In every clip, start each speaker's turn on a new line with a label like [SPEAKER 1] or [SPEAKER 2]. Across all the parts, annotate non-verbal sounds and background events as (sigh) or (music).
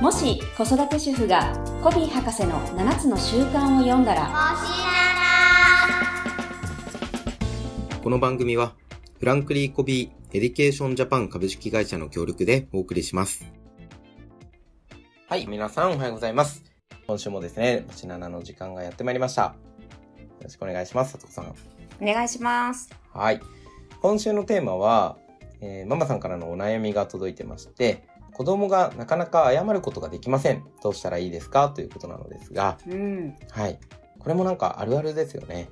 [SPEAKER 1] もし子育て主婦がコビー博士の7つの習慣を読んだら
[SPEAKER 2] この番組は、フランクリー・コビー・エディケーション・ジャパン株式会社の協力でお送りします。はい、皆さんおはようございます。今週もですね、星7の時間がやってまいりました。よろしくお願いします、佐藤さん。
[SPEAKER 1] お願いします
[SPEAKER 2] はい。今週のテーマは、えーママさんからのお悩みが届いてまして、子供がなかなか謝ることができません。どうしたらいいですかということなのですが、
[SPEAKER 1] うん
[SPEAKER 2] はい。これもなんかあるあるですよね。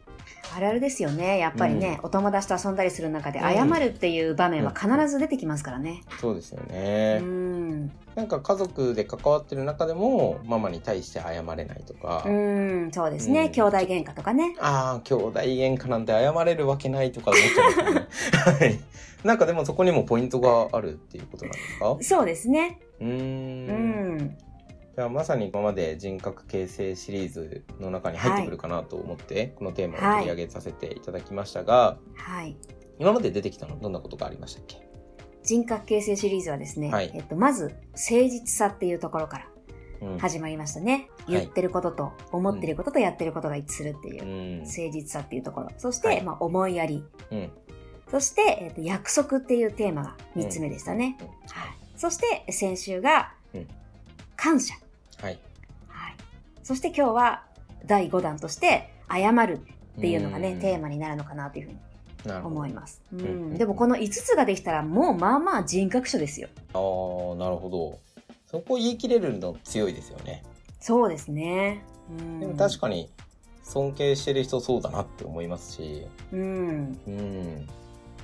[SPEAKER 1] あるあるですよねやっぱりね、お友達と遊んだりする中で
[SPEAKER 2] うん
[SPEAKER 1] 謝るっていう場面は必ず出てきますからね
[SPEAKER 2] そうですよ
[SPEAKER 1] う
[SPEAKER 2] ね。
[SPEAKER 1] ん
[SPEAKER 2] なんか家族で関わってる中でもママに対して謝れないとか、
[SPEAKER 1] うんそうですね、
[SPEAKER 2] うん
[SPEAKER 1] 兄弟喧嘩とかね
[SPEAKER 2] ああ兄弟喧嘩なんて謝れるわけないとか思っちゃいますよ
[SPEAKER 1] (laughs)
[SPEAKER 2] ね。はいなんかでもそこにもポイントがあるっていうことなんですかう
[SPEAKER 1] そうですね
[SPEAKER 2] ーん
[SPEAKER 1] うん
[SPEAKER 2] じゃあまさに今まで人格形成シリーズの中に入ってくるかなと思って、このテーマを取り上げさせていただきましたが、
[SPEAKER 1] はい
[SPEAKER 2] 今まで出てきたのどんなことがありましたっけ
[SPEAKER 1] 人格形成シリーズはですね、
[SPEAKER 2] はい
[SPEAKER 1] えっと、まず誠実さっていうところから
[SPEAKER 2] うん
[SPEAKER 1] 始まりましたね、
[SPEAKER 2] はい
[SPEAKER 1] 言ってることと思ってることとやってることが一致するっていう、
[SPEAKER 2] うん
[SPEAKER 1] 誠実さっていうところそして、
[SPEAKER 2] はい
[SPEAKER 1] まあ、思いやり
[SPEAKER 2] うん
[SPEAKER 1] そして、えっと約束っていうテーマが3つ目でしたね、
[SPEAKER 2] うんうん
[SPEAKER 1] はい、そして先週が、
[SPEAKER 2] うん
[SPEAKER 1] 感謝、
[SPEAKER 2] はい、
[SPEAKER 1] はい、そして今日は第5弾として謝るっていうのがね、テーマになるのかなというふうに
[SPEAKER 2] マ
[SPEAKER 1] 思います、うん
[SPEAKER 2] うんうん
[SPEAKER 1] でもこの5つができたらもうまあまあ人格者ですよ
[SPEAKER 2] ああなるほどそこ言い切れるの強いですよね
[SPEAKER 1] そうですね、うん、
[SPEAKER 2] でも確かに尊敬してる人そうだなって思いますし
[SPEAKER 1] うん、
[SPEAKER 2] うん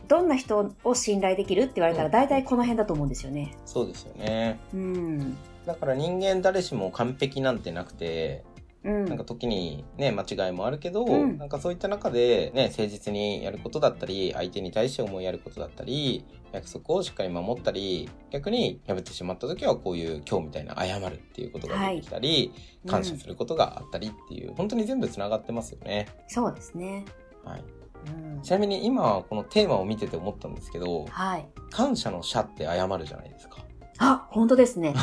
[SPEAKER 1] どんな人を信頼できるって言われたら
[SPEAKER 2] うん
[SPEAKER 1] 大体この辺だと思うんですよね。
[SPEAKER 2] そうですよね
[SPEAKER 1] うん。
[SPEAKER 2] だから人間誰しも完璧なんてなくて
[SPEAKER 1] うん。
[SPEAKER 2] なんか時にね間違いもあるけど、
[SPEAKER 1] うん
[SPEAKER 2] なんかそういった中でね誠実にやることだったり相手に対して思いやることだったり約束をしっかり守ったり逆に破ってしまった時はこういう今日みたいな謝るっていうことができたり、感謝す
[SPEAKER 1] る。
[SPEAKER 2] ることがあったりっていう、本当に全部つながってますよね。
[SPEAKER 1] そうですね。
[SPEAKER 2] はい
[SPEAKER 1] うん
[SPEAKER 2] ち。なみに今このテーマを見てて思ったんですけど
[SPEAKER 1] はい。
[SPEAKER 2] 感謝の謝って謝るじゃないですか。
[SPEAKER 1] あ、本当ですね。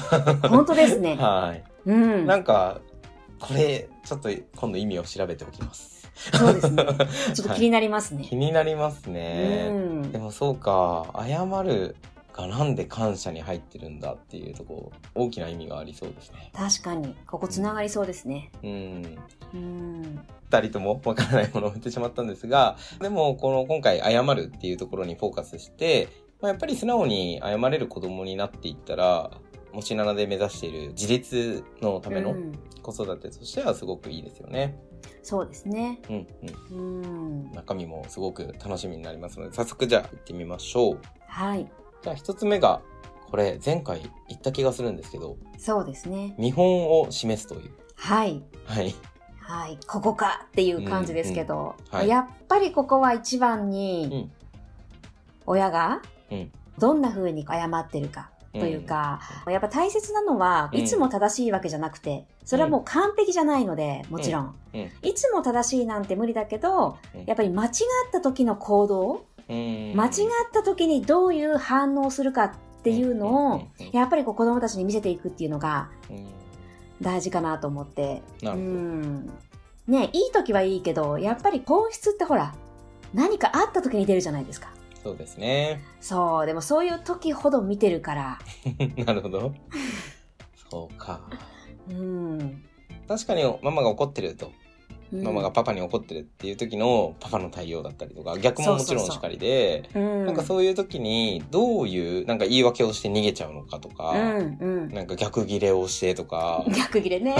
[SPEAKER 1] 本当ですね。
[SPEAKER 2] (laughs) はい。
[SPEAKER 1] うん。
[SPEAKER 2] なんかこれちょっと今度意味を調べておきます。
[SPEAKER 1] そうですね。ちょっと気になりますね
[SPEAKER 2] (laughs) 気。になります
[SPEAKER 1] う
[SPEAKER 2] ね。で
[SPEAKER 1] ん。
[SPEAKER 2] もそうか謝るがなんで感謝に入ってるんだっていうとこ大きな意味がありそうですね。
[SPEAKER 1] 確かに、ここつながりそうですね。
[SPEAKER 2] うん。
[SPEAKER 1] うん。
[SPEAKER 2] 二人ともわからないものを言ってしまったんですが、でもこの今回謝るっていうところにフォーカスして、まあ、やっぱり素直に謝れる子供になっていったら、もし7で目指している自立のため
[SPEAKER 1] う
[SPEAKER 2] の
[SPEAKER 1] ん
[SPEAKER 2] 子育てとしてはすごくいいですよね。
[SPEAKER 1] そうですね。
[SPEAKER 2] うんうん。
[SPEAKER 1] うん。
[SPEAKER 2] 中身もすごく楽しみになりますので、早速じゃあ行ってみましょう。
[SPEAKER 1] はい。
[SPEAKER 2] じゃあ一つ目が、これ前回言った気がするんですけど、
[SPEAKER 1] そうですね。
[SPEAKER 2] 見本を示すという。
[SPEAKER 1] はい。
[SPEAKER 2] はい。
[SPEAKER 1] はい。ここかっていう感じですけど、
[SPEAKER 2] うんはい
[SPEAKER 1] やっぱりここは一番に、
[SPEAKER 2] うん
[SPEAKER 1] 親が
[SPEAKER 2] うん
[SPEAKER 1] どんな風に謝ってるかというか、やっぱ大切なのは
[SPEAKER 2] うん
[SPEAKER 1] いつも正しいわけじゃなくて、それはもう完璧じゃないので、もちろん、
[SPEAKER 2] うんうん
[SPEAKER 1] いつも正しいなんて無理だけど、
[SPEAKER 2] うん
[SPEAKER 1] やっぱり間違った時の行動、
[SPEAKER 2] うん、うん
[SPEAKER 1] 間違った時にどういう反応するかっていうのを、
[SPEAKER 2] うんうん
[SPEAKER 1] やっぱりこう子供たちに見せていくっていうのが
[SPEAKER 2] うん
[SPEAKER 1] 大事かなと思って。
[SPEAKER 2] なる
[SPEAKER 1] う
[SPEAKER 2] ほど。
[SPEAKER 1] ん。ねいい時はいいけど、やっぱり本質ってほら、何かあった時に出るじゃないですか。
[SPEAKER 2] そうですね。
[SPEAKER 1] そう、でもそういう時ほど見てるから。
[SPEAKER 2] (laughs) なるほど。そうか。
[SPEAKER 1] うん。
[SPEAKER 2] 確かにママが怒ってると、
[SPEAKER 1] うん
[SPEAKER 2] ママが、パパに怒ってるっていう時のパパの対応だったりとか、逆
[SPEAKER 1] そ
[SPEAKER 2] も
[SPEAKER 1] う
[SPEAKER 2] も
[SPEAKER 1] そ
[SPEAKER 2] ち
[SPEAKER 1] うそ
[SPEAKER 2] ろ
[SPEAKER 1] うん
[SPEAKER 2] しかりで、
[SPEAKER 1] うん、
[SPEAKER 2] なんかそういう時にどういうなんか言い訳をして逃げちゃうのかとか、
[SPEAKER 1] うん、うん。
[SPEAKER 2] なんか逆ギレをしてとか、 (laughs)
[SPEAKER 1] 逆切れね。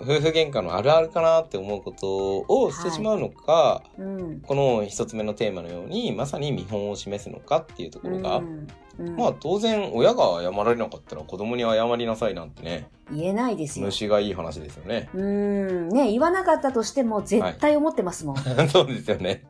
[SPEAKER 2] 夫婦喧嘩のあるあるかなって思うことをしてしまうのか、
[SPEAKER 1] うん。うん
[SPEAKER 2] この一つ目のテーマのようにまさに見本を示すのかっていうところが、
[SPEAKER 1] うんうん
[SPEAKER 2] まあ当然親が謝られなかったら子供に謝りなさいなんてね、
[SPEAKER 1] 言えないですよ。
[SPEAKER 2] 虫がいい話ですよね。 (laughs)
[SPEAKER 1] うん。ね言わなかったとしても絶対思ってますもん。
[SPEAKER 2] そうですよね。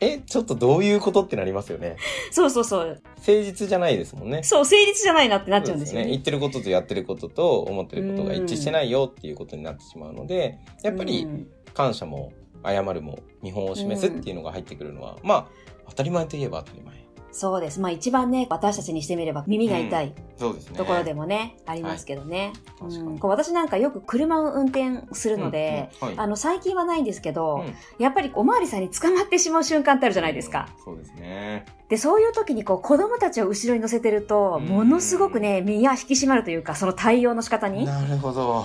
[SPEAKER 2] え、ちょっとどういうことってなりますよね。
[SPEAKER 1] そうそうそう。
[SPEAKER 2] 誠実じゃないですもんね。
[SPEAKER 1] そう、成立じゃないなってなっちゃうん
[SPEAKER 2] そう
[SPEAKER 1] ですよね。
[SPEAKER 2] 言ってることとやってることと思ってることが一致してないよっていうことになってしまうので、やっぱ
[SPEAKER 1] う
[SPEAKER 2] り
[SPEAKER 1] ん
[SPEAKER 2] 感謝も謝るも見本を示すっていうのが入ってくるのは、まあ当たり前といえば当たり前。
[SPEAKER 1] そうです。まあ一番ね、私たちにしてみれば耳が痛い
[SPEAKER 2] そうですね。
[SPEAKER 1] ところでもね、ありますけどね。
[SPEAKER 2] 確か
[SPEAKER 1] う
[SPEAKER 2] に
[SPEAKER 1] ん、こう私なんかよく車を運転するので、
[SPEAKER 2] うんうんは
[SPEAKER 1] あ
[SPEAKER 2] い
[SPEAKER 1] の最近はないんですけど、
[SPEAKER 2] うん
[SPEAKER 1] やっぱりおまわりさんに捕まってしまう瞬間ってあるじゃないですか。
[SPEAKER 2] うん。そうですね。
[SPEAKER 1] で、そういう時にこう子供たちを後ろに乗せてると、
[SPEAKER 2] うん
[SPEAKER 1] ものすごくね、身が引き締まるというか、その対応の仕方に。
[SPEAKER 2] なるほ
[SPEAKER 1] あ
[SPEAKER 2] ど。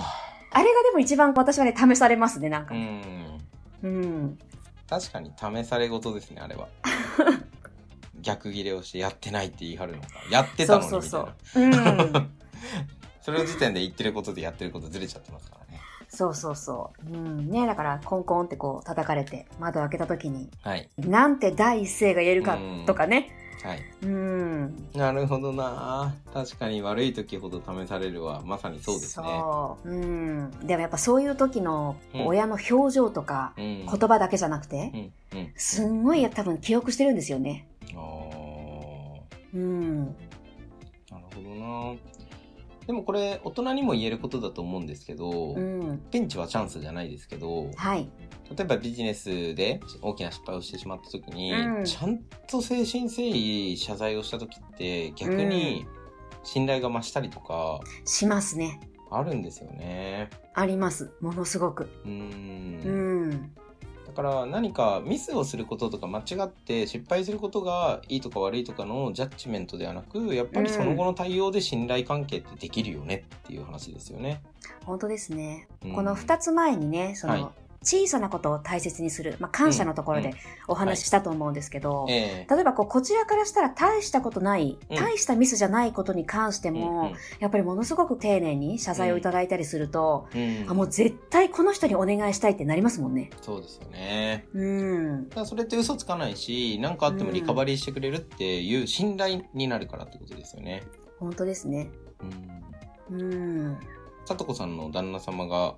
[SPEAKER 1] れがでも一番私はね、試されますね、なん
[SPEAKER 2] う
[SPEAKER 1] か。
[SPEAKER 2] ん。
[SPEAKER 1] うん。
[SPEAKER 2] 確かに試され事ですね、あれ
[SPEAKER 1] (laughs)
[SPEAKER 2] は。逆切れをしてやってないって言い張るのか。やってたのにみたい
[SPEAKER 1] そう
[SPEAKER 2] な。
[SPEAKER 1] そうそう。
[SPEAKER 2] (laughs)
[SPEAKER 1] うん。
[SPEAKER 2] それを時点で言ってることでやってることずれちゃってますからね。
[SPEAKER 1] そうそうそう。うん。ね、だから、コンコンってこう叩かれて、窓を開けた時に、
[SPEAKER 2] はい。
[SPEAKER 1] なんて第一声が言えるかとかね。
[SPEAKER 2] はい。
[SPEAKER 1] うん。
[SPEAKER 2] なるほどな確かに悪い時ほど試されるは、まさにそうですね。
[SPEAKER 1] そう。うん。でもやっぱそういう時の
[SPEAKER 2] うん
[SPEAKER 1] 親の表情とか、
[SPEAKER 2] う
[SPEAKER 1] 言
[SPEAKER 2] ん。
[SPEAKER 1] 葉だけじゃなくて、
[SPEAKER 2] うん。うん。
[SPEAKER 1] すんごい多分記憶してるんですよね。
[SPEAKER 2] あー
[SPEAKER 1] うん。
[SPEAKER 2] なるほどなでもこれ、大人にも言えることだと思うんですけど、
[SPEAKER 1] うん。
[SPEAKER 2] ピンチはチャンスじゃないですけど、
[SPEAKER 1] はい。
[SPEAKER 2] 例えばビジネスで大きな失敗をしてしまった時に、
[SPEAKER 1] うん
[SPEAKER 2] ちゃんと誠心誠意謝罪をした時って逆に信頼が増したりとか
[SPEAKER 1] しますね。
[SPEAKER 2] あるんですよね。
[SPEAKER 1] あります。ものすごく。
[SPEAKER 2] うー
[SPEAKER 1] うんん。
[SPEAKER 2] だから何かミスをすることとか間違って失敗することがいいとか悪いとかのジャッジメントではなくやっぱりその後の対応で信頼関係ってできるよねっていう話ですよね。
[SPEAKER 1] 本当ですね。
[SPEAKER 2] うん
[SPEAKER 1] この2つ前にね、その、
[SPEAKER 2] はい
[SPEAKER 1] 小さなことを大切にする、まあ、感謝のところ
[SPEAKER 2] うん
[SPEAKER 1] でお話ししたと思うんですけど、
[SPEAKER 2] ええ
[SPEAKER 1] 例えばこうこちらからしたら大したことない、
[SPEAKER 2] うん
[SPEAKER 1] 大したミスじゃないことに関しても、
[SPEAKER 2] うん
[SPEAKER 1] やっぱりものすごく丁寧に謝罪をいただいたりすると、
[SPEAKER 2] うんうん
[SPEAKER 1] あもう絶対この人にお願いしたいってなりますもんね。
[SPEAKER 2] そうですよね。
[SPEAKER 1] うん
[SPEAKER 2] だからそれって嘘つかないし何かあってもリカバリーしてくれるっていう信頼になるからってことですよね。
[SPEAKER 1] 本当ですね。
[SPEAKER 2] うん、
[SPEAKER 1] うん
[SPEAKER 2] さとこさんの旦那様が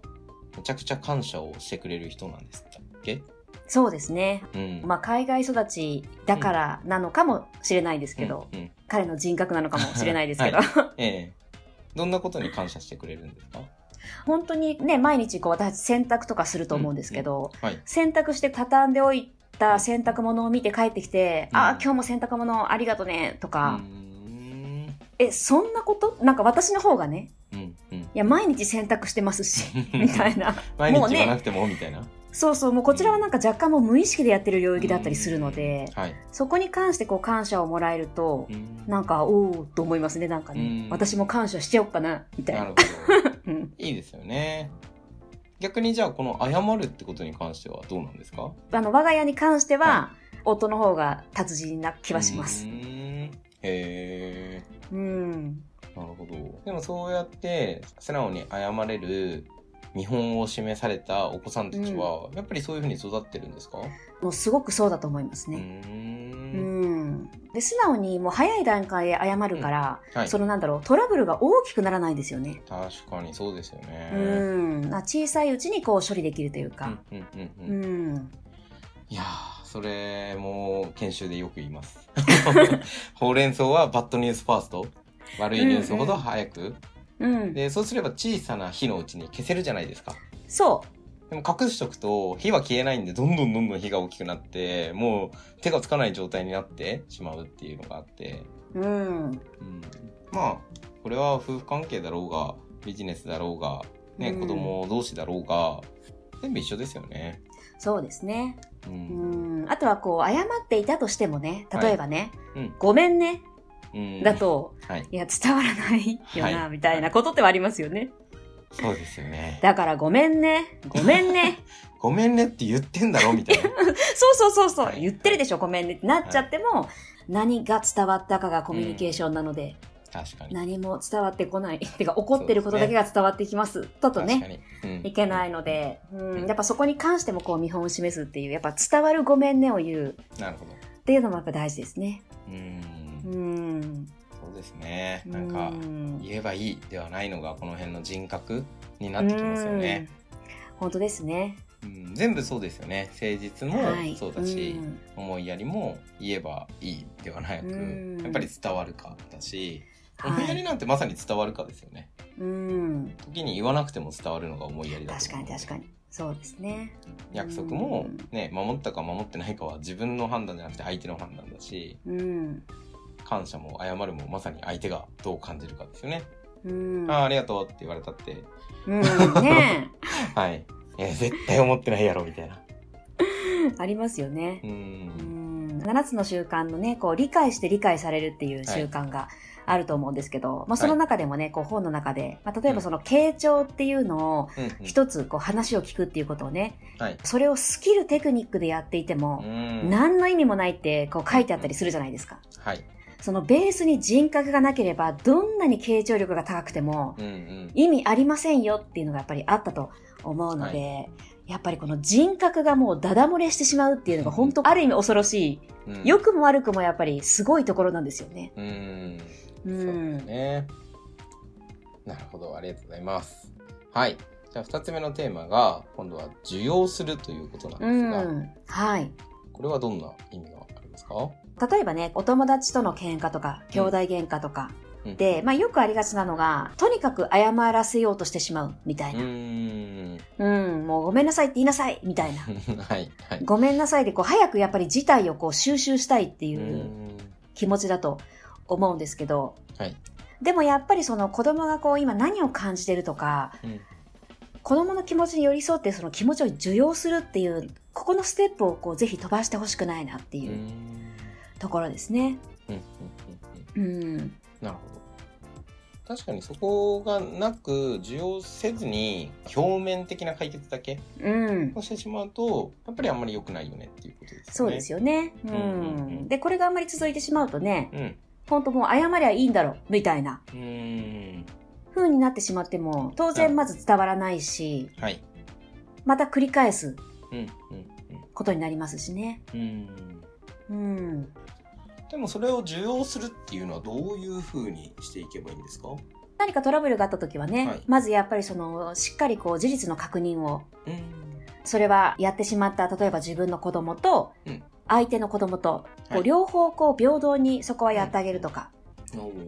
[SPEAKER 2] めちゃくちゃ感謝をしてくれる人なんですったっけ、
[SPEAKER 1] そうですね。
[SPEAKER 2] うん
[SPEAKER 1] まあ、海外育ちだからなのかもしれないですけど、
[SPEAKER 2] うんうん
[SPEAKER 1] 彼の人格なのかもしれないですけど、
[SPEAKER 2] はええどんなことに感謝してくれるんですか
[SPEAKER 1] (laughs) 本当にね、毎日こう私たち洗濯とかすると思うんですけど、
[SPEAKER 2] はい。
[SPEAKER 1] 洗濯して畳んでおいた洗濯物を見て帰ってきて、
[SPEAKER 2] うん
[SPEAKER 1] あー今日も洗濯物ありがとねと
[SPEAKER 2] うー
[SPEAKER 1] か、
[SPEAKER 2] ん
[SPEAKER 1] え、そんなことなんか私の方がね、
[SPEAKER 2] うんうん、
[SPEAKER 1] いや、毎日洗濯してますし、みたいな。
[SPEAKER 2] (laughs) 毎
[SPEAKER 1] もう
[SPEAKER 2] 日
[SPEAKER 1] ね
[SPEAKER 2] 言わなくてもみたいな。
[SPEAKER 1] そうそう、もうこちらはなんか若干もう無意識でやってる領域だったりするので、
[SPEAKER 2] うんはい。
[SPEAKER 1] そこに関してこう感謝をもらえると、
[SPEAKER 2] うん
[SPEAKER 1] なんか、おーっと思いますね、なんかね。
[SPEAKER 2] うん
[SPEAKER 1] 私も感謝しちゃおっかな、みたい
[SPEAKER 2] な
[SPEAKER 1] な。
[SPEAKER 2] るほど。
[SPEAKER 1] うん
[SPEAKER 2] いいですよね。逆にじゃあこの謝るってことに関してはどうなんですか
[SPEAKER 1] あの、我が家に関しては、夫の方が達人な気はします。
[SPEAKER 2] うーんへえ
[SPEAKER 1] うん。
[SPEAKER 2] なるほどでもそうやって素直に謝れる見本を示されたお子さんたちは、やっぱりそういうふうに育ってるんですか、
[SPEAKER 1] もうすごくそうだと思います
[SPEAKER 2] うー
[SPEAKER 1] ね。うんん。で、素直にもう早い段階で謝るから、
[SPEAKER 2] はい
[SPEAKER 1] そのなんだろう、トラブルが大きくならないですよね。
[SPEAKER 2] 確かにそうですよね
[SPEAKER 1] うん。あ小さいうちにこう処理できるというか。
[SPEAKER 2] うんうんうん
[SPEAKER 1] う
[SPEAKER 2] うん
[SPEAKER 1] ん。
[SPEAKER 2] いやーそれも研修でよく言います (laughs) ほうれん草はバッドニュースファースト悪いニュースほど早く、
[SPEAKER 1] うん。
[SPEAKER 2] でそうすれば小さな火のうちに消せるじゃないですか
[SPEAKER 1] そ
[SPEAKER 2] でも隠しとくと火は消えないんでどんどんどんどん火が大きくなってもう手がつかない状態になってしまうっていうのがあって、
[SPEAKER 1] う。うん。
[SPEAKER 2] うん、まあこれは夫婦関係だろうがビジネスだろうが、ね
[SPEAKER 1] うん
[SPEAKER 2] 子供同士だろうが全部一緒ですよね。
[SPEAKER 1] そうですね。
[SPEAKER 2] う
[SPEAKER 1] うんん。あとはこう、謝っていたとしてもね、例えばね、
[SPEAKER 2] うん
[SPEAKER 1] ごめんね、
[SPEAKER 2] うん
[SPEAKER 1] だと、
[SPEAKER 2] はい、
[SPEAKER 1] いや、伝わらないよな、
[SPEAKER 2] はい
[SPEAKER 1] みたいなことってはありますよね。
[SPEAKER 2] そうですよね。
[SPEAKER 1] だからごめんね、ごめんね。
[SPEAKER 2] ごめんねって言ってんだろみたい
[SPEAKER 1] (laughs)
[SPEAKER 2] な。
[SPEAKER 1] そうそうそうそう、
[SPEAKER 2] はい
[SPEAKER 1] 言ってるでしょ、ごめんねってなっちゃっても、何が伝わったかがコミュニケーションなので、
[SPEAKER 2] 確かに。
[SPEAKER 1] 何も伝わってこない。 (laughs) てか、怒ってることだけが伝わってきます。だと
[SPEAKER 2] 確か
[SPEAKER 1] ね、
[SPEAKER 2] に、うん
[SPEAKER 1] いけないので、うん
[SPEAKER 2] うん
[SPEAKER 1] やっぱそこに関してもこう見本を示すっていう、やっぱ伝わるごめんねを言う
[SPEAKER 2] なるほど。
[SPEAKER 1] っていうのもやっぱ大事ですね。
[SPEAKER 2] うん
[SPEAKER 1] う。ん。
[SPEAKER 2] そうですね。なんか。
[SPEAKER 1] うん
[SPEAKER 2] 言えばいいではないのがこの辺の人格になってきますよね。
[SPEAKER 1] うん。本当ですね。
[SPEAKER 2] うん、全部そうですよね誠実も
[SPEAKER 1] はい。
[SPEAKER 2] そうだし、
[SPEAKER 1] ん
[SPEAKER 2] 思いやりも言えばいいではなく、
[SPEAKER 1] うん
[SPEAKER 2] やっぱり伝わるかだし、思い
[SPEAKER 1] は
[SPEAKER 2] やり
[SPEAKER 1] い。
[SPEAKER 2] なんてまさに伝わるかですよね
[SPEAKER 1] うん。
[SPEAKER 2] 時に言わなくても伝わるのが思いやりだと
[SPEAKER 1] 確
[SPEAKER 2] 思
[SPEAKER 1] か
[SPEAKER 2] う
[SPEAKER 1] に確かに。そうですね。
[SPEAKER 2] 約束も、ね、守ったか守ってないかは自分の判断じゃなくて相手の判断だし、
[SPEAKER 1] うん。
[SPEAKER 2] 感謝も謝るもまさに相手がどう感じるかですよね。
[SPEAKER 1] うん。
[SPEAKER 2] ああ、ありがとうって言われたって、
[SPEAKER 1] うん、ね
[SPEAKER 2] はい。え絶対思ってないやろ、みたいな。
[SPEAKER 1] えありますよね
[SPEAKER 2] う。。
[SPEAKER 1] うんん。7つの習慣のね、こう、理解して理解されるっていう習慣があると思うんですけど、まあ、その中でもね、こう、本の中で、まあ、例えばその、傾聴っていうのを、
[SPEAKER 2] うん、うん。
[SPEAKER 1] 一つ、こう、話を聞くっていうことをね、
[SPEAKER 2] はい。
[SPEAKER 1] それをスキルテクニックでやっていて
[SPEAKER 2] う
[SPEAKER 1] も、
[SPEAKER 2] ん。
[SPEAKER 1] 何の意味もないって、こう、書いてあったりするじゃないですか。
[SPEAKER 2] はい。
[SPEAKER 1] そのベースに人格がなければ、どんなに傾聴力が高くても、
[SPEAKER 2] うんうん。
[SPEAKER 1] 意味ありませんよっていうのがやっぱりあったと思うので、やっぱりこの人格がもうダダ漏れしてしまうっていうのが本当ある意味恐ろし
[SPEAKER 2] うん
[SPEAKER 1] い。良くも悪くもやっぱりすごいところなんですよね。
[SPEAKER 2] うん。
[SPEAKER 1] う
[SPEAKER 2] そうです
[SPEAKER 1] ん。
[SPEAKER 2] ね。なるほど、ありがとうございます。はい。じゃあ、二つ目のテーマが、今度は受容するということなんで
[SPEAKER 1] う
[SPEAKER 2] すが、
[SPEAKER 1] ん。はい。
[SPEAKER 2] これはどんな意味がありますか
[SPEAKER 1] 例えばね、お友達との喧嘩とか、兄弟喧嘩とか
[SPEAKER 2] うん
[SPEAKER 1] で、まあよくありがちなのが、とにかく謝らせようとしてしまうみたいうな。
[SPEAKER 2] ーん。 (laughs)
[SPEAKER 1] うん、もうごめんなさいって言いなさいみたいな。
[SPEAKER 2] はい、はい。
[SPEAKER 1] ごめんなさいで、こう早くやっぱり事態をこう収集したいっていうう
[SPEAKER 2] ーん
[SPEAKER 1] 気持ちだと思うんですけど、
[SPEAKER 2] はい
[SPEAKER 1] でもやっぱりその子供がこう今何を感じてるとか、
[SPEAKER 2] うん
[SPEAKER 1] 子供の気持ちに寄り添ってその気持ちを受容するっていうここのステップをこうぜひ飛ばしてほしくないなって
[SPEAKER 2] うー
[SPEAKER 1] いうんところですね。
[SPEAKER 2] うんうんうんうん
[SPEAKER 1] うん、
[SPEAKER 2] なるほど。確かにそこがなく受容せずに表面的な解決だけ
[SPEAKER 1] うん
[SPEAKER 2] をしてしまうとやっぱりあんまり良くないよねっていうことですよね。
[SPEAKER 1] そうですよね。うん
[SPEAKER 2] うんうんうん
[SPEAKER 1] で、これがあんまり続いてしまうとね、
[SPEAKER 2] うん。
[SPEAKER 1] ほんともう謝りゃいいんだろ、みたいな
[SPEAKER 2] うーん。
[SPEAKER 1] 風になってしまっても、当然まず伝わらないし、
[SPEAKER 2] はい。
[SPEAKER 1] また繰り返す
[SPEAKER 2] うんうん
[SPEAKER 1] ことになりますしね。
[SPEAKER 2] うん。うん。
[SPEAKER 1] うん。
[SPEAKER 2] でもそれを受容するっていうのはどういうふうにしていけばいいんですか
[SPEAKER 1] 何かトラブルがあった時はね、
[SPEAKER 2] はい
[SPEAKER 1] まずやっぱりそのしっかりこう事実の確認を
[SPEAKER 2] うん。
[SPEAKER 1] それはやってしまった例えば自分の子供と
[SPEAKER 2] うん
[SPEAKER 1] 相手の子供と、こう
[SPEAKER 2] はい
[SPEAKER 1] 両方こう平等にそこはやってあげるとか、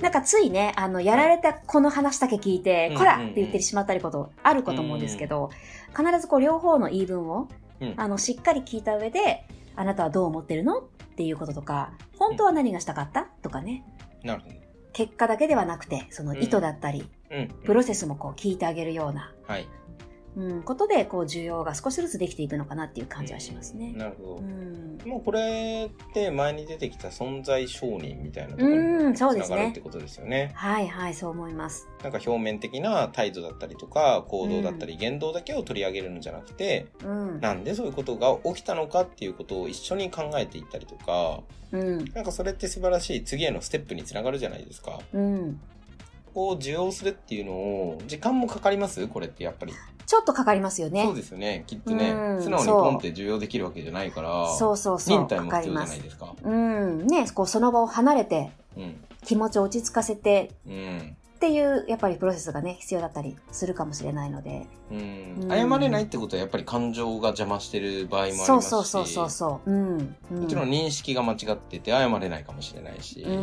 [SPEAKER 1] なんかついねあのやられたこの話だけ聞いて
[SPEAKER 2] う
[SPEAKER 1] 「
[SPEAKER 2] ん
[SPEAKER 1] こら!」
[SPEAKER 2] うん
[SPEAKER 1] って言ってしまったりことあるかと思うんですけど、必ずこう両方の言い分を、
[SPEAKER 2] うん
[SPEAKER 1] あのしっかり聞いた上で「あなたはどう思ってるの?」っていうこととか「本当は何がしたかった?」とかね
[SPEAKER 2] なるほど。
[SPEAKER 1] 結果だけではなくてその意図だったり、
[SPEAKER 2] うん。
[SPEAKER 1] プロセスもこう聞いてあげるような
[SPEAKER 2] はい。
[SPEAKER 1] うん、ことでこう需要が少しずつできていくのかなっていう感じはしますね。
[SPEAKER 2] なるほど
[SPEAKER 1] う。ん、
[SPEAKER 2] もうこれって前に出てきた存在承認みたいなところ
[SPEAKER 1] う
[SPEAKER 2] に
[SPEAKER 1] ん、そうで
[SPEAKER 2] つな
[SPEAKER 1] す
[SPEAKER 2] がるっ
[SPEAKER 1] ね
[SPEAKER 2] て。ことですよね。
[SPEAKER 1] はいはい、そう思います。
[SPEAKER 2] なんか表面的な態度だったりとか行動だったり言動だけを取り上げるんじゃなくて、
[SPEAKER 1] うん、
[SPEAKER 2] なんでそういうことが起きたのかっていうことを一緒に考えていったりとか、
[SPEAKER 1] うん、
[SPEAKER 2] なんかそれって素晴らしい次へのステップにつながるじゃないですか。
[SPEAKER 1] うん。
[SPEAKER 2] こう受容するっていうのを時間もかかりますこれってやっぱり、
[SPEAKER 1] ちょっとかかりますよね。
[SPEAKER 2] そうですよねきっとね、
[SPEAKER 1] うん
[SPEAKER 2] 素直にポンって受容できるわけじゃないから
[SPEAKER 1] そうそうそう
[SPEAKER 2] 忍耐
[SPEAKER 1] か
[SPEAKER 2] も
[SPEAKER 1] か
[SPEAKER 2] 必
[SPEAKER 1] り
[SPEAKER 2] 要じ
[SPEAKER 1] ま
[SPEAKER 2] ゃない
[SPEAKER 1] す。
[SPEAKER 2] ですか
[SPEAKER 1] うん、ね、こうその場を離れて
[SPEAKER 2] うん
[SPEAKER 1] 気持ちを落ち着かせて
[SPEAKER 2] うん
[SPEAKER 1] っていうやっぱりプロセスがね必要だったりするかもしれないので、
[SPEAKER 2] うん、
[SPEAKER 1] うん
[SPEAKER 2] 謝れないってことはやっぱり感情が邪魔してる場合もありますし
[SPEAKER 1] そうそうそうそうそう、うん、うん、
[SPEAKER 2] もちろん認識が間違ってて謝れないかもしれないし、
[SPEAKER 1] うん、う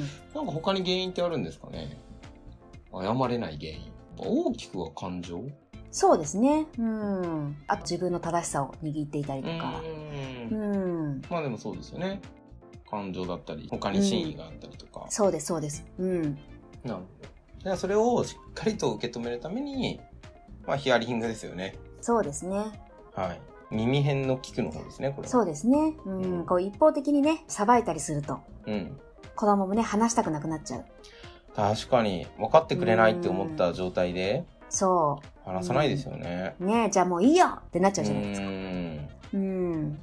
[SPEAKER 1] ん、
[SPEAKER 2] なんか他に原因ってあるんですかね謝れない原因大きくは感情
[SPEAKER 1] そうですね。うん、あと自分の正しさを握っていたりとか、
[SPEAKER 2] うん
[SPEAKER 1] うん、
[SPEAKER 2] まあでもそうですよね感情だったり他に真意があったりとか、
[SPEAKER 1] そうですそうです、うん、
[SPEAKER 2] なるほどでそれをしっかりと受け止めるためにまあヒアリングですよね
[SPEAKER 1] そうですね。
[SPEAKER 2] はい耳辺の聞くの方ですねこれは
[SPEAKER 1] そうですね。うん、
[SPEAKER 2] うん
[SPEAKER 1] こう一方的にね、さばいたりすると、
[SPEAKER 2] うん
[SPEAKER 1] 子供もね、話したくなくなっちゃう。
[SPEAKER 2] 確かに分かってくれないって思った状態で
[SPEAKER 1] そ
[SPEAKER 2] 話さないですよね。
[SPEAKER 1] う。ねえじゃあもういいよってなっち
[SPEAKER 2] う
[SPEAKER 1] ゃうじゃないですか。
[SPEAKER 2] ん。
[SPEAKER 1] うん。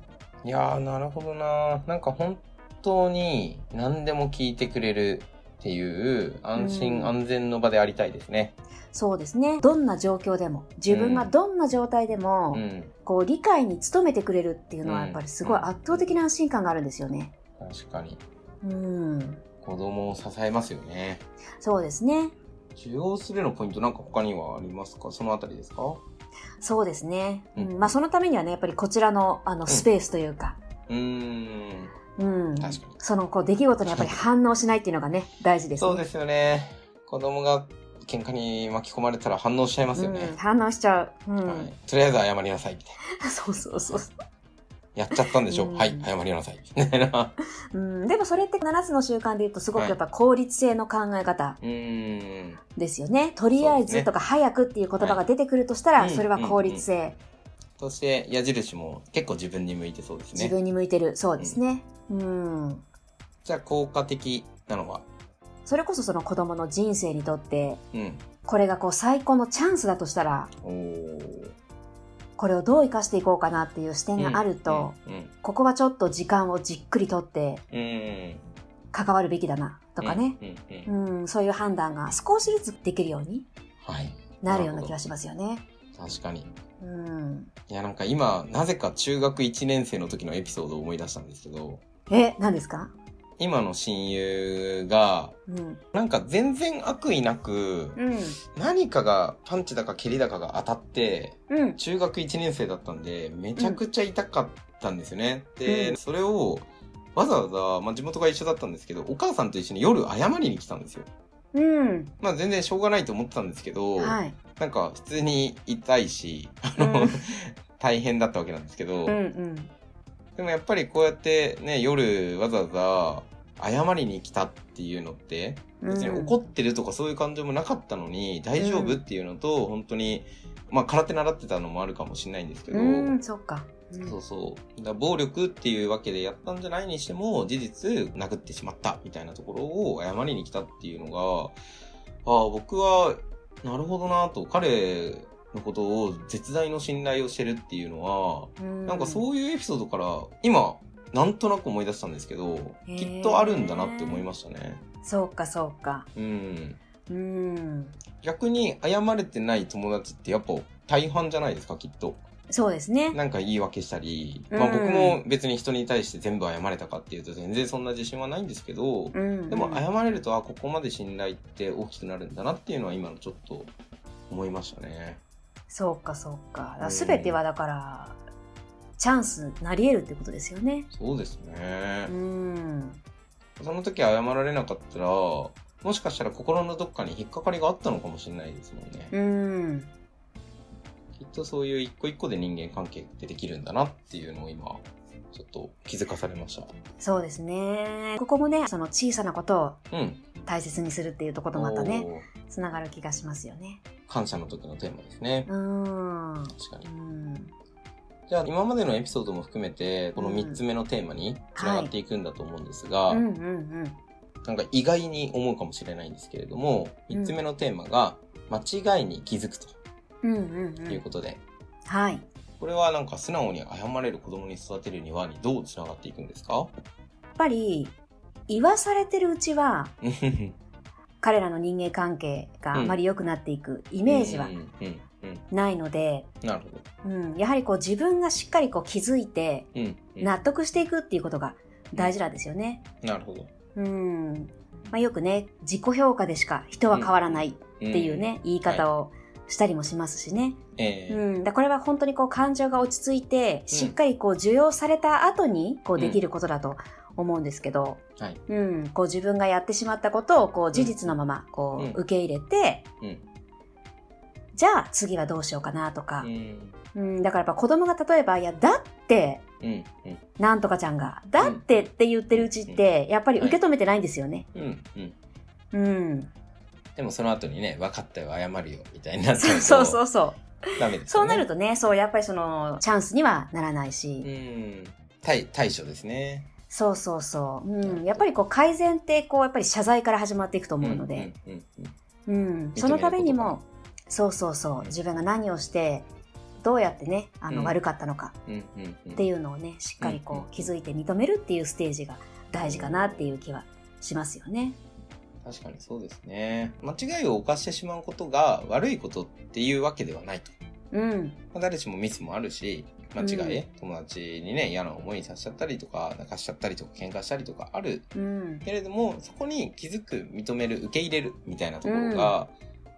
[SPEAKER 2] いやーなるほどな。なんか本当に何でも聞いてくれるっていう安
[SPEAKER 1] うん
[SPEAKER 2] 心安全の場でありたいですね。
[SPEAKER 1] そうですね。どんな状況でも、自分がどんな状態でも、
[SPEAKER 2] うん。
[SPEAKER 1] こう理解に努めてくれるっていうのは
[SPEAKER 2] うん
[SPEAKER 1] やっぱりすごい圧倒的な安心感があるんですよね。
[SPEAKER 2] 確かに
[SPEAKER 1] うん。
[SPEAKER 2] 子供を支えますよね。
[SPEAKER 1] そうですね。
[SPEAKER 2] 受容するのポイントなんか他にはありますか？そのあたりですか？
[SPEAKER 1] そうですね。う
[SPEAKER 2] うん
[SPEAKER 1] ん、まあそのためにはね、やっぱりこちらのあのスペースというか、
[SPEAKER 2] うーん。
[SPEAKER 1] うん。
[SPEAKER 2] 確かに
[SPEAKER 1] そのこう出来事にやっぱり反応しないっていうのがね、大事ですね。
[SPEAKER 2] そうですよね。子供が喧嘩に巻き込まれたら反応しちゃいますよね
[SPEAKER 1] うん、。反応しちゃう。うん。
[SPEAKER 2] はい、とりあえず謝りなさいみた
[SPEAKER 1] (laughs)
[SPEAKER 2] い
[SPEAKER 1] そうそうそう。
[SPEAKER 2] な。やっちゃったんでしょ、
[SPEAKER 1] うん
[SPEAKER 2] はい、謝りな (laughs) さい。みたいな。
[SPEAKER 1] うん、でもそれって7つの習慣で言うとすごくやっぱ効率性の考え方
[SPEAKER 2] うーん。
[SPEAKER 1] ですよね。とりあえ
[SPEAKER 2] そうですね
[SPEAKER 1] ずとか早くっていう言葉が出てくるとしたら、
[SPEAKER 2] はい
[SPEAKER 1] それは効率性、
[SPEAKER 2] そして矢印も結構自分に向いてそうです
[SPEAKER 1] 自
[SPEAKER 2] ね。
[SPEAKER 1] 分に向いてる。そうですね。うん。
[SPEAKER 2] じゃあ効果的なのは、
[SPEAKER 1] それこそその子供の人生にとって、
[SPEAKER 2] うん。
[SPEAKER 1] これがこう最高のチャンスだとしたら、
[SPEAKER 2] おー
[SPEAKER 1] これをどう生かしていこうかなっていう視点があると、、
[SPEAKER 2] うんうん
[SPEAKER 1] ここはちょっと時間をじっくりとって
[SPEAKER 2] うんうん。
[SPEAKER 1] 関わるべきだなとかね、
[SPEAKER 2] うんうんうん
[SPEAKER 1] うん、そういう判断が少しずつできるように
[SPEAKER 2] はい。
[SPEAKER 1] なるような気がしますよね。
[SPEAKER 2] 確かに。
[SPEAKER 1] うん、
[SPEAKER 2] いや、なんか今、なぜか中学1年生の時のエピソードを思い出したんですけど、
[SPEAKER 1] え、何ですか
[SPEAKER 2] 今の親友が、
[SPEAKER 1] うん。
[SPEAKER 2] なんか全然悪意なく、
[SPEAKER 1] うん。
[SPEAKER 2] 何かがパンチだか蹴りだかが当たって、
[SPEAKER 1] うん。
[SPEAKER 2] 中学1年生だったんで、めちゃくちゃ痛かったんですよね。で、
[SPEAKER 1] うん
[SPEAKER 2] それを、わざわざ、まあ、地元が一緒だったんですけど、お母さんと一緒に夜謝りに来たんですよ。
[SPEAKER 1] うん。
[SPEAKER 2] まあ全然しょうがないと思ってたんですけど、
[SPEAKER 1] はい。
[SPEAKER 2] なんか普通に痛いし、あ
[SPEAKER 1] う
[SPEAKER 2] の、
[SPEAKER 1] ん
[SPEAKER 2] (laughs) 大変だったわけなんですけど、
[SPEAKER 1] うんうん。
[SPEAKER 2] でもやっぱりこうやってね、夜わざわざ謝りに来たっていうのって、
[SPEAKER 1] うん
[SPEAKER 2] 別に怒ってるとかそういう感情もなかったのに、大丈夫っていうのと、本当に、まあ空手習ってたのもあるかもしれないんですけど、
[SPEAKER 1] うん、そっか。うん
[SPEAKER 2] そうそう。だから暴力っていうわけでやったんじゃないにしても、事実殴ってしまったみたいなところを謝りに来たっていうのが、ああ、僕は、なるほどなと、彼のことを絶大の信頼をしてるっていうのは、
[SPEAKER 1] うん
[SPEAKER 2] なんかそういうエピソードから、今、なんとなく思い出したんですけど、
[SPEAKER 1] へー
[SPEAKER 2] きっとあるんだなって思いましたね。
[SPEAKER 1] そうか、そうか。
[SPEAKER 2] うん。
[SPEAKER 1] うん。
[SPEAKER 2] 逆に謝れてない友達ってやっぱ大半じゃないですか、きっと。
[SPEAKER 1] そうですね。
[SPEAKER 2] なんか言い訳したり、まあ
[SPEAKER 1] うん
[SPEAKER 2] 僕も別に人に対して全部謝れたかっていうと全然そんな自信はないんですけど、
[SPEAKER 1] うんうん。
[SPEAKER 2] でも謝れると、あ、ここまで信頼って大きくなるんだなっていうのは今のちょっと思いましたね。
[SPEAKER 1] そうか、そうか。
[SPEAKER 2] うん
[SPEAKER 1] すべてはだから、チャンスなり得るってことですよね。
[SPEAKER 2] そうですね
[SPEAKER 1] う。ん。
[SPEAKER 2] その時謝られなかったら、もしかしたら心のどっかに引っかかりがあったのかもしれないですもんね。
[SPEAKER 1] うん。
[SPEAKER 2] きっとそういう一個一個で人間関係ってできるんだなっていうのを今、ちょっと気づかされまし
[SPEAKER 1] そうですね。ここもね、その小さなことを
[SPEAKER 2] た。うん。
[SPEAKER 1] 大切にするっていうところとまたね、
[SPEAKER 2] おー
[SPEAKER 1] つながる気がしますよね。
[SPEAKER 2] 感謝の時のテーマですね。
[SPEAKER 1] うん。うん。
[SPEAKER 2] 確かに。じゃあ今までのエピソードも含めてこの3つ目のテーマにつながっていくんだと思うんですが、
[SPEAKER 1] うんうんうん。
[SPEAKER 2] なんか意外に思うかもしれないんですけれども3つ目のテーマが間違いに気づくと
[SPEAKER 1] うんうんう。
[SPEAKER 2] いうんことで、
[SPEAKER 1] はい。
[SPEAKER 2] これはなんか素直に謝れる子供に育てるにはにどうつながっていくんです
[SPEAKER 1] (laughs)
[SPEAKER 2] か
[SPEAKER 1] やっぱり、言わされてるうちは、
[SPEAKER 2] イ
[SPEAKER 1] 彼らの人間関係があまり良くなっていくイメージは
[SPEAKER 2] うんうんうん
[SPEAKER 1] ないので、
[SPEAKER 2] なるほど。
[SPEAKER 1] うん、やはりこう自分がしっかりこう気づいて
[SPEAKER 2] うん、うん
[SPEAKER 1] 納得していくっていうことが大事なんですよね。
[SPEAKER 2] なるほど。っ
[SPEAKER 1] うん。まあ、よくね、自己評価でしか人は変わらないっていうね、言い方をしたりもしますしね。
[SPEAKER 2] ええ
[SPEAKER 1] うん。だこれは本当にこう感情が落ち着いて、しっかりこう受容された後にこうできることだと思うんですけど、
[SPEAKER 2] はい。
[SPEAKER 1] うん、こう自分がやってしまったことをこう事実のままこ
[SPEAKER 2] うん
[SPEAKER 1] う受け入れて、
[SPEAKER 2] うん
[SPEAKER 1] じゃあ次はどうしようかなとか
[SPEAKER 2] う、ん
[SPEAKER 1] うん、だからやっぱ子供が例えば、いや、だって、
[SPEAKER 2] うんうん
[SPEAKER 1] なんとかちゃんが、だってって言ってるうちって、やっぱり受け止めてないんですよね。
[SPEAKER 2] うんうん
[SPEAKER 1] うん。
[SPEAKER 2] でもその後にね分かったよ謝るよみたいになっち
[SPEAKER 1] そ
[SPEAKER 2] ゃ
[SPEAKER 1] う
[SPEAKER 2] う
[SPEAKER 1] (laughs)
[SPEAKER 2] と
[SPEAKER 1] そうそうそう。
[SPEAKER 2] ダメです
[SPEAKER 1] そ
[SPEAKER 2] よ
[SPEAKER 1] う
[SPEAKER 2] ね
[SPEAKER 1] なるとね、そう、やっぱりその、チャンスにはならないし、
[SPEAKER 2] うん対対処ですね
[SPEAKER 1] そうそうそう。うん。やっぱりこう、改善って、こう、やっぱり謝罪から始まっていくと思うので、
[SPEAKER 2] うんうんうんうん
[SPEAKER 1] うん、そのために
[SPEAKER 2] 認める
[SPEAKER 1] もそうそうそう、
[SPEAKER 2] うん
[SPEAKER 1] 自分が何をしてどうやってねあの、
[SPEAKER 2] うん
[SPEAKER 1] 悪かったのか
[SPEAKER 2] うんうんうん
[SPEAKER 1] っていうのをねしっかり
[SPEAKER 2] うん
[SPEAKER 1] こ
[SPEAKER 2] うん
[SPEAKER 1] う気づいて認めるっていうステージが大事かなっていう気はしますよね。
[SPEAKER 2] 確かにそうですね間違いを犯してしまうことが悪いことっていうわけではないと、
[SPEAKER 1] うん、
[SPEAKER 2] まあ誰しもミスもあるし間違い、
[SPEAKER 1] うん
[SPEAKER 2] 友達にね嫌な思いさせちゃったりとか泣かしちゃったりとか喧嘩したりとかある
[SPEAKER 1] うん、
[SPEAKER 2] けれどもそこに気づく認める受け入れるみたいなところが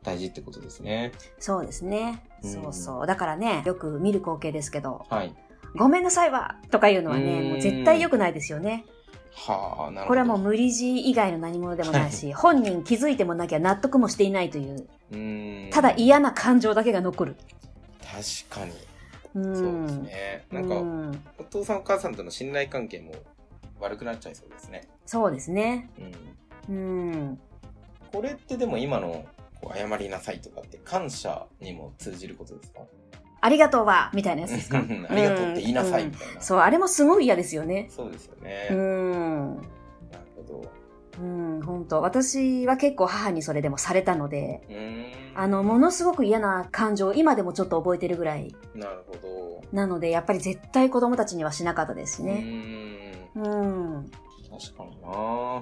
[SPEAKER 2] 大事ってことですね、
[SPEAKER 1] そうですね、
[SPEAKER 2] うん
[SPEAKER 1] そうそうだからねよく見る光景ですけど
[SPEAKER 2] はい
[SPEAKER 1] 「ごめんなさいわ」とかいうのはね、
[SPEAKER 2] うん
[SPEAKER 1] もう絶対良くないですよね。
[SPEAKER 2] はあ、なるほど。
[SPEAKER 1] これはもう無理強い以外の何者でもないし、本人気づいてもなきゃ納得もしていないという、
[SPEAKER 2] うーん
[SPEAKER 1] ただ嫌な感情だけが残る。
[SPEAKER 2] 確かに。
[SPEAKER 1] うん。
[SPEAKER 2] そうですね。なんか、
[SPEAKER 1] うん
[SPEAKER 2] お父さんお母さんとの信頼関係も悪くなっちゃいそうですね。
[SPEAKER 1] そうですね。
[SPEAKER 2] うん。
[SPEAKER 1] うん。
[SPEAKER 2] これってでも今の、こう謝りなさいとかって感謝にも通じることですか
[SPEAKER 1] ありがとうは、みたいなやつですか。
[SPEAKER 2] (laughs) ありがとうって言いなさいみたいな。
[SPEAKER 1] そう、あれもすごい嫌ですよね。
[SPEAKER 2] そうですよね。
[SPEAKER 1] うん。
[SPEAKER 2] なるほど。
[SPEAKER 1] うん、本当私は結構母にそれでもされたので、
[SPEAKER 2] うーん。
[SPEAKER 1] あの、ものすごく嫌な感情を今でもちょっと覚えてるぐらい
[SPEAKER 2] なるほど。
[SPEAKER 1] なので、やっぱり絶対子供たちにはしなかったです
[SPEAKER 2] うー
[SPEAKER 1] ね。
[SPEAKER 2] ん。
[SPEAKER 1] うん。
[SPEAKER 2] 確かにな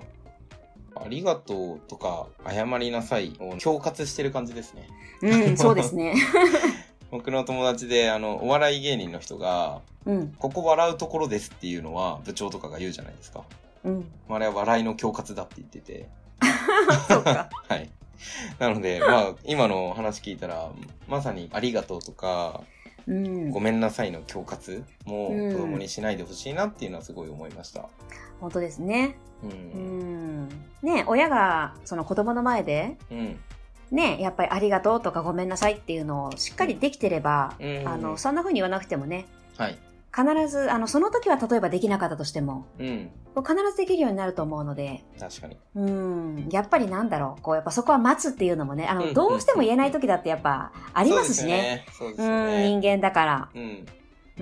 [SPEAKER 2] ありがとうとか、謝りなさいを恐喝してる感じですね。
[SPEAKER 1] うん、そうですね。 (laughs)
[SPEAKER 2] 僕の友達で、あの、お笑い芸人の人が、
[SPEAKER 1] うん。
[SPEAKER 2] ここ笑うところですっていうのは部長とかが言うじゃないですか。
[SPEAKER 1] うん。
[SPEAKER 2] まああれは笑いの恐喝だって言ってて。
[SPEAKER 1] (laughs) そうか。
[SPEAKER 2] はい。なので、まあ、今の話聞いたら、まさにありがとうとか、
[SPEAKER 1] うん
[SPEAKER 2] ご。めんなさいの恐喝も
[SPEAKER 1] うん
[SPEAKER 2] 子供にしないでほしいなっていうのはすごい思いました。
[SPEAKER 1] 本当ですね。
[SPEAKER 2] う。
[SPEAKER 1] うんん。ね親が、その子供の前で、
[SPEAKER 2] うん。
[SPEAKER 1] ねやっぱりありがとうとかごめんなさいっていうのをしっかりできてれば、
[SPEAKER 2] うん
[SPEAKER 1] あの、そんな風に言わなくてもね、
[SPEAKER 2] はい。
[SPEAKER 1] 必ず、あの、その時は例えばできなかったとしても、
[SPEAKER 2] うん。
[SPEAKER 1] こう必ずできるようになると思うので、
[SPEAKER 2] 確かに。
[SPEAKER 1] うん、やっぱりなんだろう、こう、やっぱそこは待つっていうのもね、あ
[SPEAKER 2] うんうんう
[SPEAKER 1] の、
[SPEAKER 2] ん
[SPEAKER 1] どうしても言えない時だってやっぱあ
[SPEAKER 2] あ
[SPEAKER 1] りますしね。。
[SPEAKER 2] そうです
[SPEAKER 1] う
[SPEAKER 2] よね。
[SPEAKER 1] ん、人間だから。
[SPEAKER 2] うん。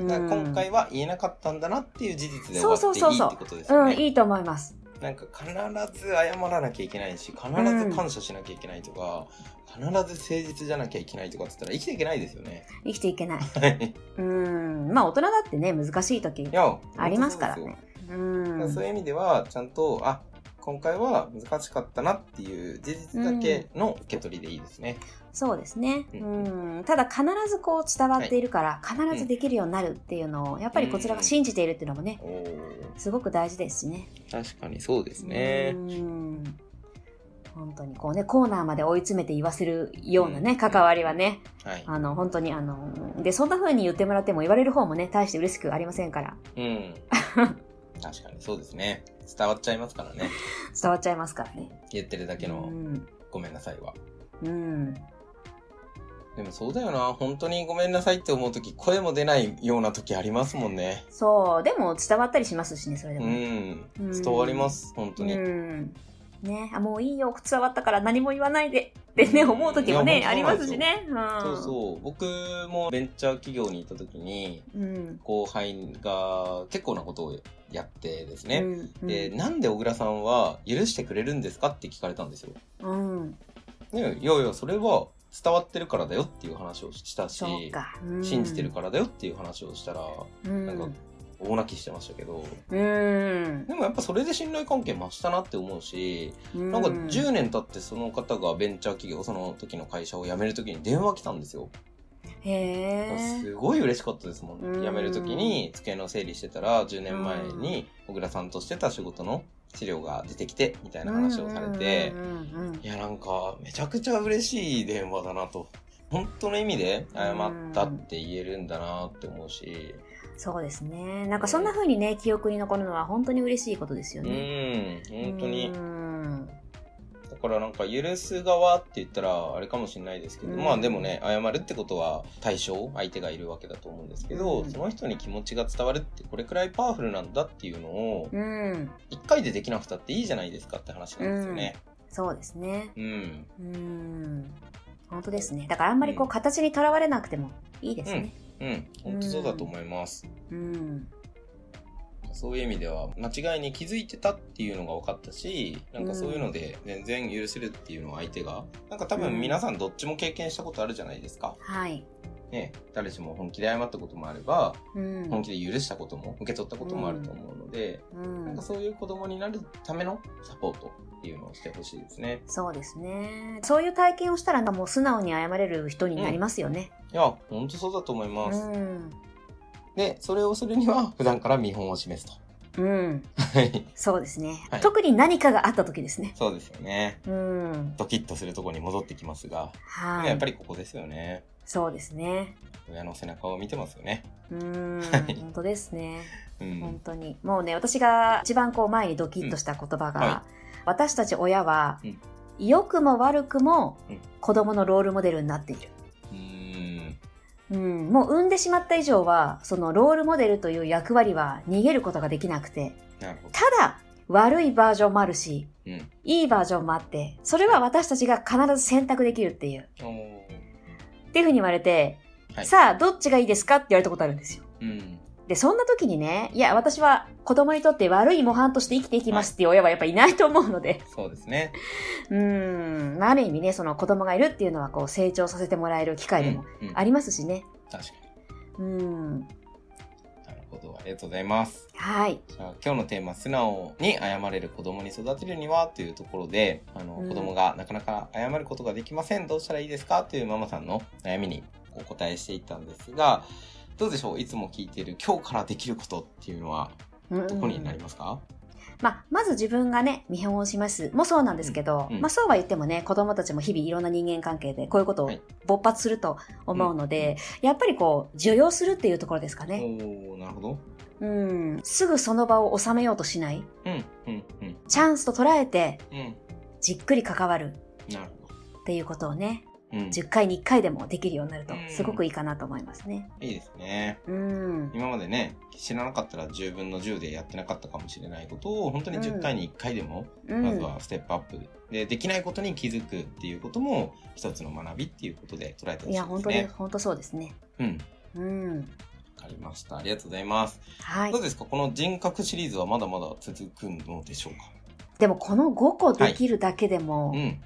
[SPEAKER 1] う
[SPEAKER 2] だから
[SPEAKER 1] ん、
[SPEAKER 2] 今回は言えなかったんだなっていう事実で終わっていいってことですよ
[SPEAKER 1] う
[SPEAKER 2] ね。
[SPEAKER 1] ん、いいと思います。
[SPEAKER 2] なんか必ず謝らなきゃいけないし必ず感謝しなきゃいけないとか、必ず誠実じゃなきゃいけないとかって言ったら生きていけないですよね。
[SPEAKER 1] 生きていけない。
[SPEAKER 2] はい
[SPEAKER 1] うん、まあ大人だってね、難しい時
[SPEAKER 2] い。や
[SPEAKER 1] ありますからね
[SPEAKER 2] 本当そうですよ
[SPEAKER 1] う、
[SPEAKER 2] だからそうんいう意味ではちゃんとあ今回は難しかったなっていう事実だけの受け取りでいいですね。
[SPEAKER 1] そうですね。
[SPEAKER 2] う
[SPEAKER 1] うん、ただ必ずこう伝わっているから、必ずできるようになるっていうのを、やっぱりこちらが信じているっていうのもね、
[SPEAKER 2] お
[SPEAKER 1] すごく大事ですしね。
[SPEAKER 2] 確かにそうで
[SPEAKER 1] うん本当にこうね、コーナーまで追い詰めて言わせるようなね、関わりはね、
[SPEAKER 2] はい。
[SPEAKER 1] あの、本当にあの、で、そんな風に言ってもらっても言われる方もね、大して嬉しくありませんから、 (laughs)
[SPEAKER 2] うん。確かにそうですね。伝わっちゃいますからね。
[SPEAKER 1] 伝わっちゃいますからね。
[SPEAKER 2] 言ってるだけ
[SPEAKER 1] う
[SPEAKER 2] の
[SPEAKER 1] ん。
[SPEAKER 2] ごめんなさいは。
[SPEAKER 1] うん。
[SPEAKER 2] でもそうだよな。本当にごめんなさいって思うとき、声も出ないようなときありますもんね。
[SPEAKER 1] そう、でも伝わったりしますしね、それで
[SPEAKER 2] う
[SPEAKER 1] も。
[SPEAKER 2] ん。
[SPEAKER 1] うん
[SPEAKER 2] 伝わります、本当
[SPEAKER 1] う
[SPEAKER 2] に。
[SPEAKER 1] ん。ね、あもういいよ、伝わったから何も言わないでってね、
[SPEAKER 2] うん
[SPEAKER 1] 思う時も
[SPEAKER 2] い
[SPEAKER 1] ね、
[SPEAKER 2] や
[SPEAKER 1] あり
[SPEAKER 2] 本当そうなん
[SPEAKER 1] ま
[SPEAKER 2] で
[SPEAKER 1] しね。
[SPEAKER 2] すすよ
[SPEAKER 1] うん。
[SPEAKER 2] そうそう。僕もベンチャー企業にいたときに、
[SPEAKER 1] うん。
[SPEAKER 2] 後輩が結構なことをやってです
[SPEAKER 1] う
[SPEAKER 2] ね。
[SPEAKER 1] ん。
[SPEAKER 2] で、なんで小倉さんは許してくれるんですかって聞かれたんですよ。
[SPEAKER 1] うん。
[SPEAKER 2] ね、いやいや、それは伝わってるからだよっていう話をしたし、
[SPEAKER 1] そうか。
[SPEAKER 2] 信じてる
[SPEAKER 1] ら。
[SPEAKER 2] からだよっていう話をしたら、
[SPEAKER 1] うん。
[SPEAKER 2] なんか大泣きしてましたけど、
[SPEAKER 1] うん。
[SPEAKER 2] でもやっぱそれで信頼関係増したなって思うし、
[SPEAKER 1] な
[SPEAKER 2] なんか10年経ってその方がベンチャー企業、その時の会社を辞める時に電話来たんですよ。
[SPEAKER 1] へえ。
[SPEAKER 2] すごい嬉しかったですもん。
[SPEAKER 1] うん
[SPEAKER 2] 辞める時に机の整理してたら、10年前に小倉さんとしてた仕事の資料が出てきて、みたいな話をされて
[SPEAKER 1] う、んうんうんうん
[SPEAKER 2] いやなんかめちゃくちゃ嬉しい電話だなと。本当の意味で謝ったって言えるんだなって思うし、
[SPEAKER 1] そうですね。なんかそんな風にね、記憶に残るのは本当に嬉しいことですよ
[SPEAKER 2] う
[SPEAKER 1] ね。
[SPEAKER 2] ん、本当に
[SPEAKER 1] う。ん
[SPEAKER 2] だからなんか許す側って言ったらあれかもしれないですけど、
[SPEAKER 1] うん
[SPEAKER 2] まあでもね謝るってことは対象相手がいるわけだと思うんですけど、
[SPEAKER 1] うん
[SPEAKER 2] その人に気持ちが伝わるってこれくらいパワフルなんだっていうのを
[SPEAKER 1] うん。
[SPEAKER 2] 一回でできなくたっていいじゃないですかって話なんですよね。
[SPEAKER 1] そうですね。
[SPEAKER 2] うん、
[SPEAKER 1] うん。本当ですね。だからあんまりこう形にとらわれなくてもいいですね。
[SPEAKER 2] うん、本当そうだと思います。
[SPEAKER 1] うん。
[SPEAKER 2] そういう意味では間違いに気づいてたっていうのが分かったし、なんかそういうので全然許せるっていうのは相手が、なんか多分皆さんどっちも経験したことあるじゃないですか。
[SPEAKER 1] はい。
[SPEAKER 2] ね、誰しも本気で謝ったこともあれば、
[SPEAKER 1] うん。
[SPEAKER 2] 本気で許したことも受け取ったこともあると思うので、
[SPEAKER 1] う
[SPEAKER 2] なん
[SPEAKER 1] ん
[SPEAKER 2] か。そういう子供になるためのサポートっていうのをしてほしいですね。
[SPEAKER 1] そうですね。そういう体験をしたら、もう素直に謝れる人になりますよね。
[SPEAKER 2] いや、ほんとそうだと思いうます。
[SPEAKER 1] ん。
[SPEAKER 2] で、それをするには普段から見本を示すと。
[SPEAKER 1] うん。
[SPEAKER 2] はい。
[SPEAKER 1] そうですね
[SPEAKER 2] はい。
[SPEAKER 1] 特に何かがあった時ですね。
[SPEAKER 2] そうですよね。
[SPEAKER 1] うん。
[SPEAKER 2] ドキッとするところに戻ってきますが、
[SPEAKER 1] はい。
[SPEAKER 2] やっぱりここですよね。
[SPEAKER 1] そうですね。
[SPEAKER 2] 親の背中を見てますよね。
[SPEAKER 1] うーん、
[SPEAKER 2] はい
[SPEAKER 1] 本当ですね。
[SPEAKER 2] うん
[SPEAKER 1] 本。当に。もうね、私が一番こう前にドキッとした言葉が、
[SPEAKER 2] うんは
[SPEAKER 1] 私たち親は
[SPEAKER 2] うん、
[SPEAKER 1] 良くも悪くも
[SPEAKER 2] うん
[SPEAKER 1] 子供のロールモデルになっている。
[SPEAKER 2] うん。
[SPEAKER 1] うん、もう産んでしまった以上は、そのロールモデルという役割は逃げることができなくて、
[SPEAKER 2] なるほど
[SPEAKER 1] た。だ、悪いバージョンもあるし、
[SPEAKER 2] うん。
[SPEAKER 1] いいバージョンもあって、それは私たちが必ず選択できるっていう、
[SPEAKER 2] おー
[SPEAKER 1] っていうふうに言われて、
[SPEAKER 2] はい
[SPEAKER 1] さあ、どっちがいいですかって言われたことあるんですよ。
[SPEAKER 2] うん。
[SPEAKER 1] で、そんな時にね、いや、私は子供にとって悪い模範として生きていきますっていう親はやっぱいないと思うので、
[SPEAKER 2] そうですね。
[SPEAKER 1] うーん、まあある意味ね、その子供がいるっていうのはこう成長させてもらえる機会でも
[SPEAKER 2] うんうん
[SPEAKER 1] ありますしね。
[SPEAKER 2] 確か
[SPEAKER 1] うん、
[SPEAKER 2] に。なるほど。ありがとうございます。
[SPEAKER 1] はい。
[SPEAKER 2] じゃあ今日のテーマ「素直に謝れる子供に育てるには?」というところであの、
[SPEAKER 1] うん
[SPEAKER 2] 子供がなかなか謝ることができませんどうしたらいいですかというママさんの悩みにお答えしていったんですがどうでしょういつも聞いている今日からできることっていうのは
[SPEAKER 1] うん
[SPEAKER 2] どこになりますか、
[SPEAKER 1] まあ、まず自分がね、見本をしますもそうなんですけど、
[SPEAKER 2] うんうん
[SPEAKER 1] まあそうは言ってもね、子供たちも日々いろんな人間関係でこういうことを
[SPEAKER 2] はい
[SPEAKER 1] 勃発すると思うので、やっぱりこう、受容するっていうところですかね。
[SPEAKER 2] おおなるほど。
[SPEAKER 1] うん、すぐその場を収めようとしない。
[SPEAKER 2] うんうんうん
[SPEAKER 1] チャンスと捉えて、
[SPEAKER 2] うん
[SPEAKER 1] じっくり関わる
[SPEAKER 2] なるほど。
[SPEAKER 1] っていうことをね、
[SPEAKER 2] うん、い
[SPEAKER 1] 10回に1回でもできるようになると
[SPEAKER 2] う、ん
[SPEAKER 1] すごくいいかなと思いますね。
[SPEAKER 2] いですね。
[SPEAKER 1] うん。
[SPEAKER 2] 今までね知らなかったら10分の10でやってなかったかもしれないことを本当に10回に1回でも
[SPEAKER 1] う
[SPEAKER 2] まず
[SPEAKER 1] ん。
[SPEAKER 2] はステップアップでできないことに気づくっていうことも一つの学びっていうことで捉えてほしいですね。
[SPEAKER 1] いや、本当に、本当そうですね。
[SPEAKER 2] うん。
[SPEAKER 1] うん。
[SPEAKER 2] わかりました。ありがとうございます。
[SPEAKER 1] はい
[SPEAKER 2] どう。ですかこの人格シリーズはまだまだ続くのでしょうか
[SPEAKER 1] でもこの5個できるだけでも
[SPEAKER 2] う、ん。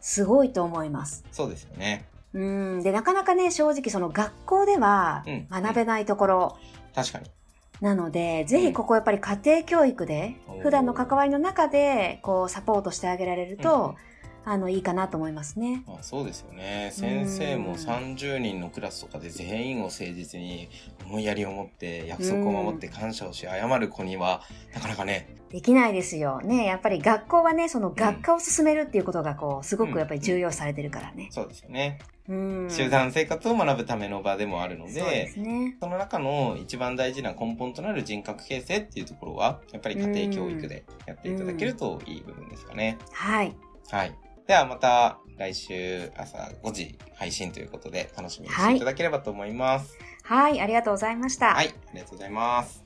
[SPEAKER 1] すごいと思います。
[SPEAKER 2] そうですよね。
[SPEAKER 1] うんでなかなかね正直その学校では
[SPEAKER 2] うん
[SPEAKER 1] 学べないところ
[SPEAKER 2] 確かに。
[SPEAKER 1] なので、ぜひここやっぱり家庭教育で
[SPEAKER 2] おー
[SPEAKER 1] 普段の関わりの中でこうサポートしてあげられると、あのいいかなと思いますね。
[SPEAKER 2] まあ、そうですよね。先生
[SPEAKER 1] うん
[SPEAKER 2] も30人のクラスとかで全員を誠実に思いやりを持って約束を守って感謝をし謝る子にはなかなかね。
[SPEAKER 1] できないですよ。ねやっぱり学校はねその学科を進めるっていうことがこうすごくやっぱり重要視されてるからね。
[SPEAKER 2] そうですよね。
[SPEAKER 1] うん、
[SPEAKER 2] 集団生活を学ぶための場でもあるの
[SPEAKER 1] そうですね。
[SPEAKER 2] その中の一番大事な根本となる人格形成っていうところは、やっぱり家庭教育でやっていただけるといい部分ですかね。
[SPEAKER 1] はい。
[SPEAKER 2] はい。ではまた来週朝5時配信ということで楽しみにし
[SPEAKER 1] は
[SPEAKER 2] て
[SPEAKER 1] い
[SPEAKER 2] いただければと思います。
[SPEAKER 1] はい、ありがとうございました。
[SPEAKER 2] はい、ありがとうございます。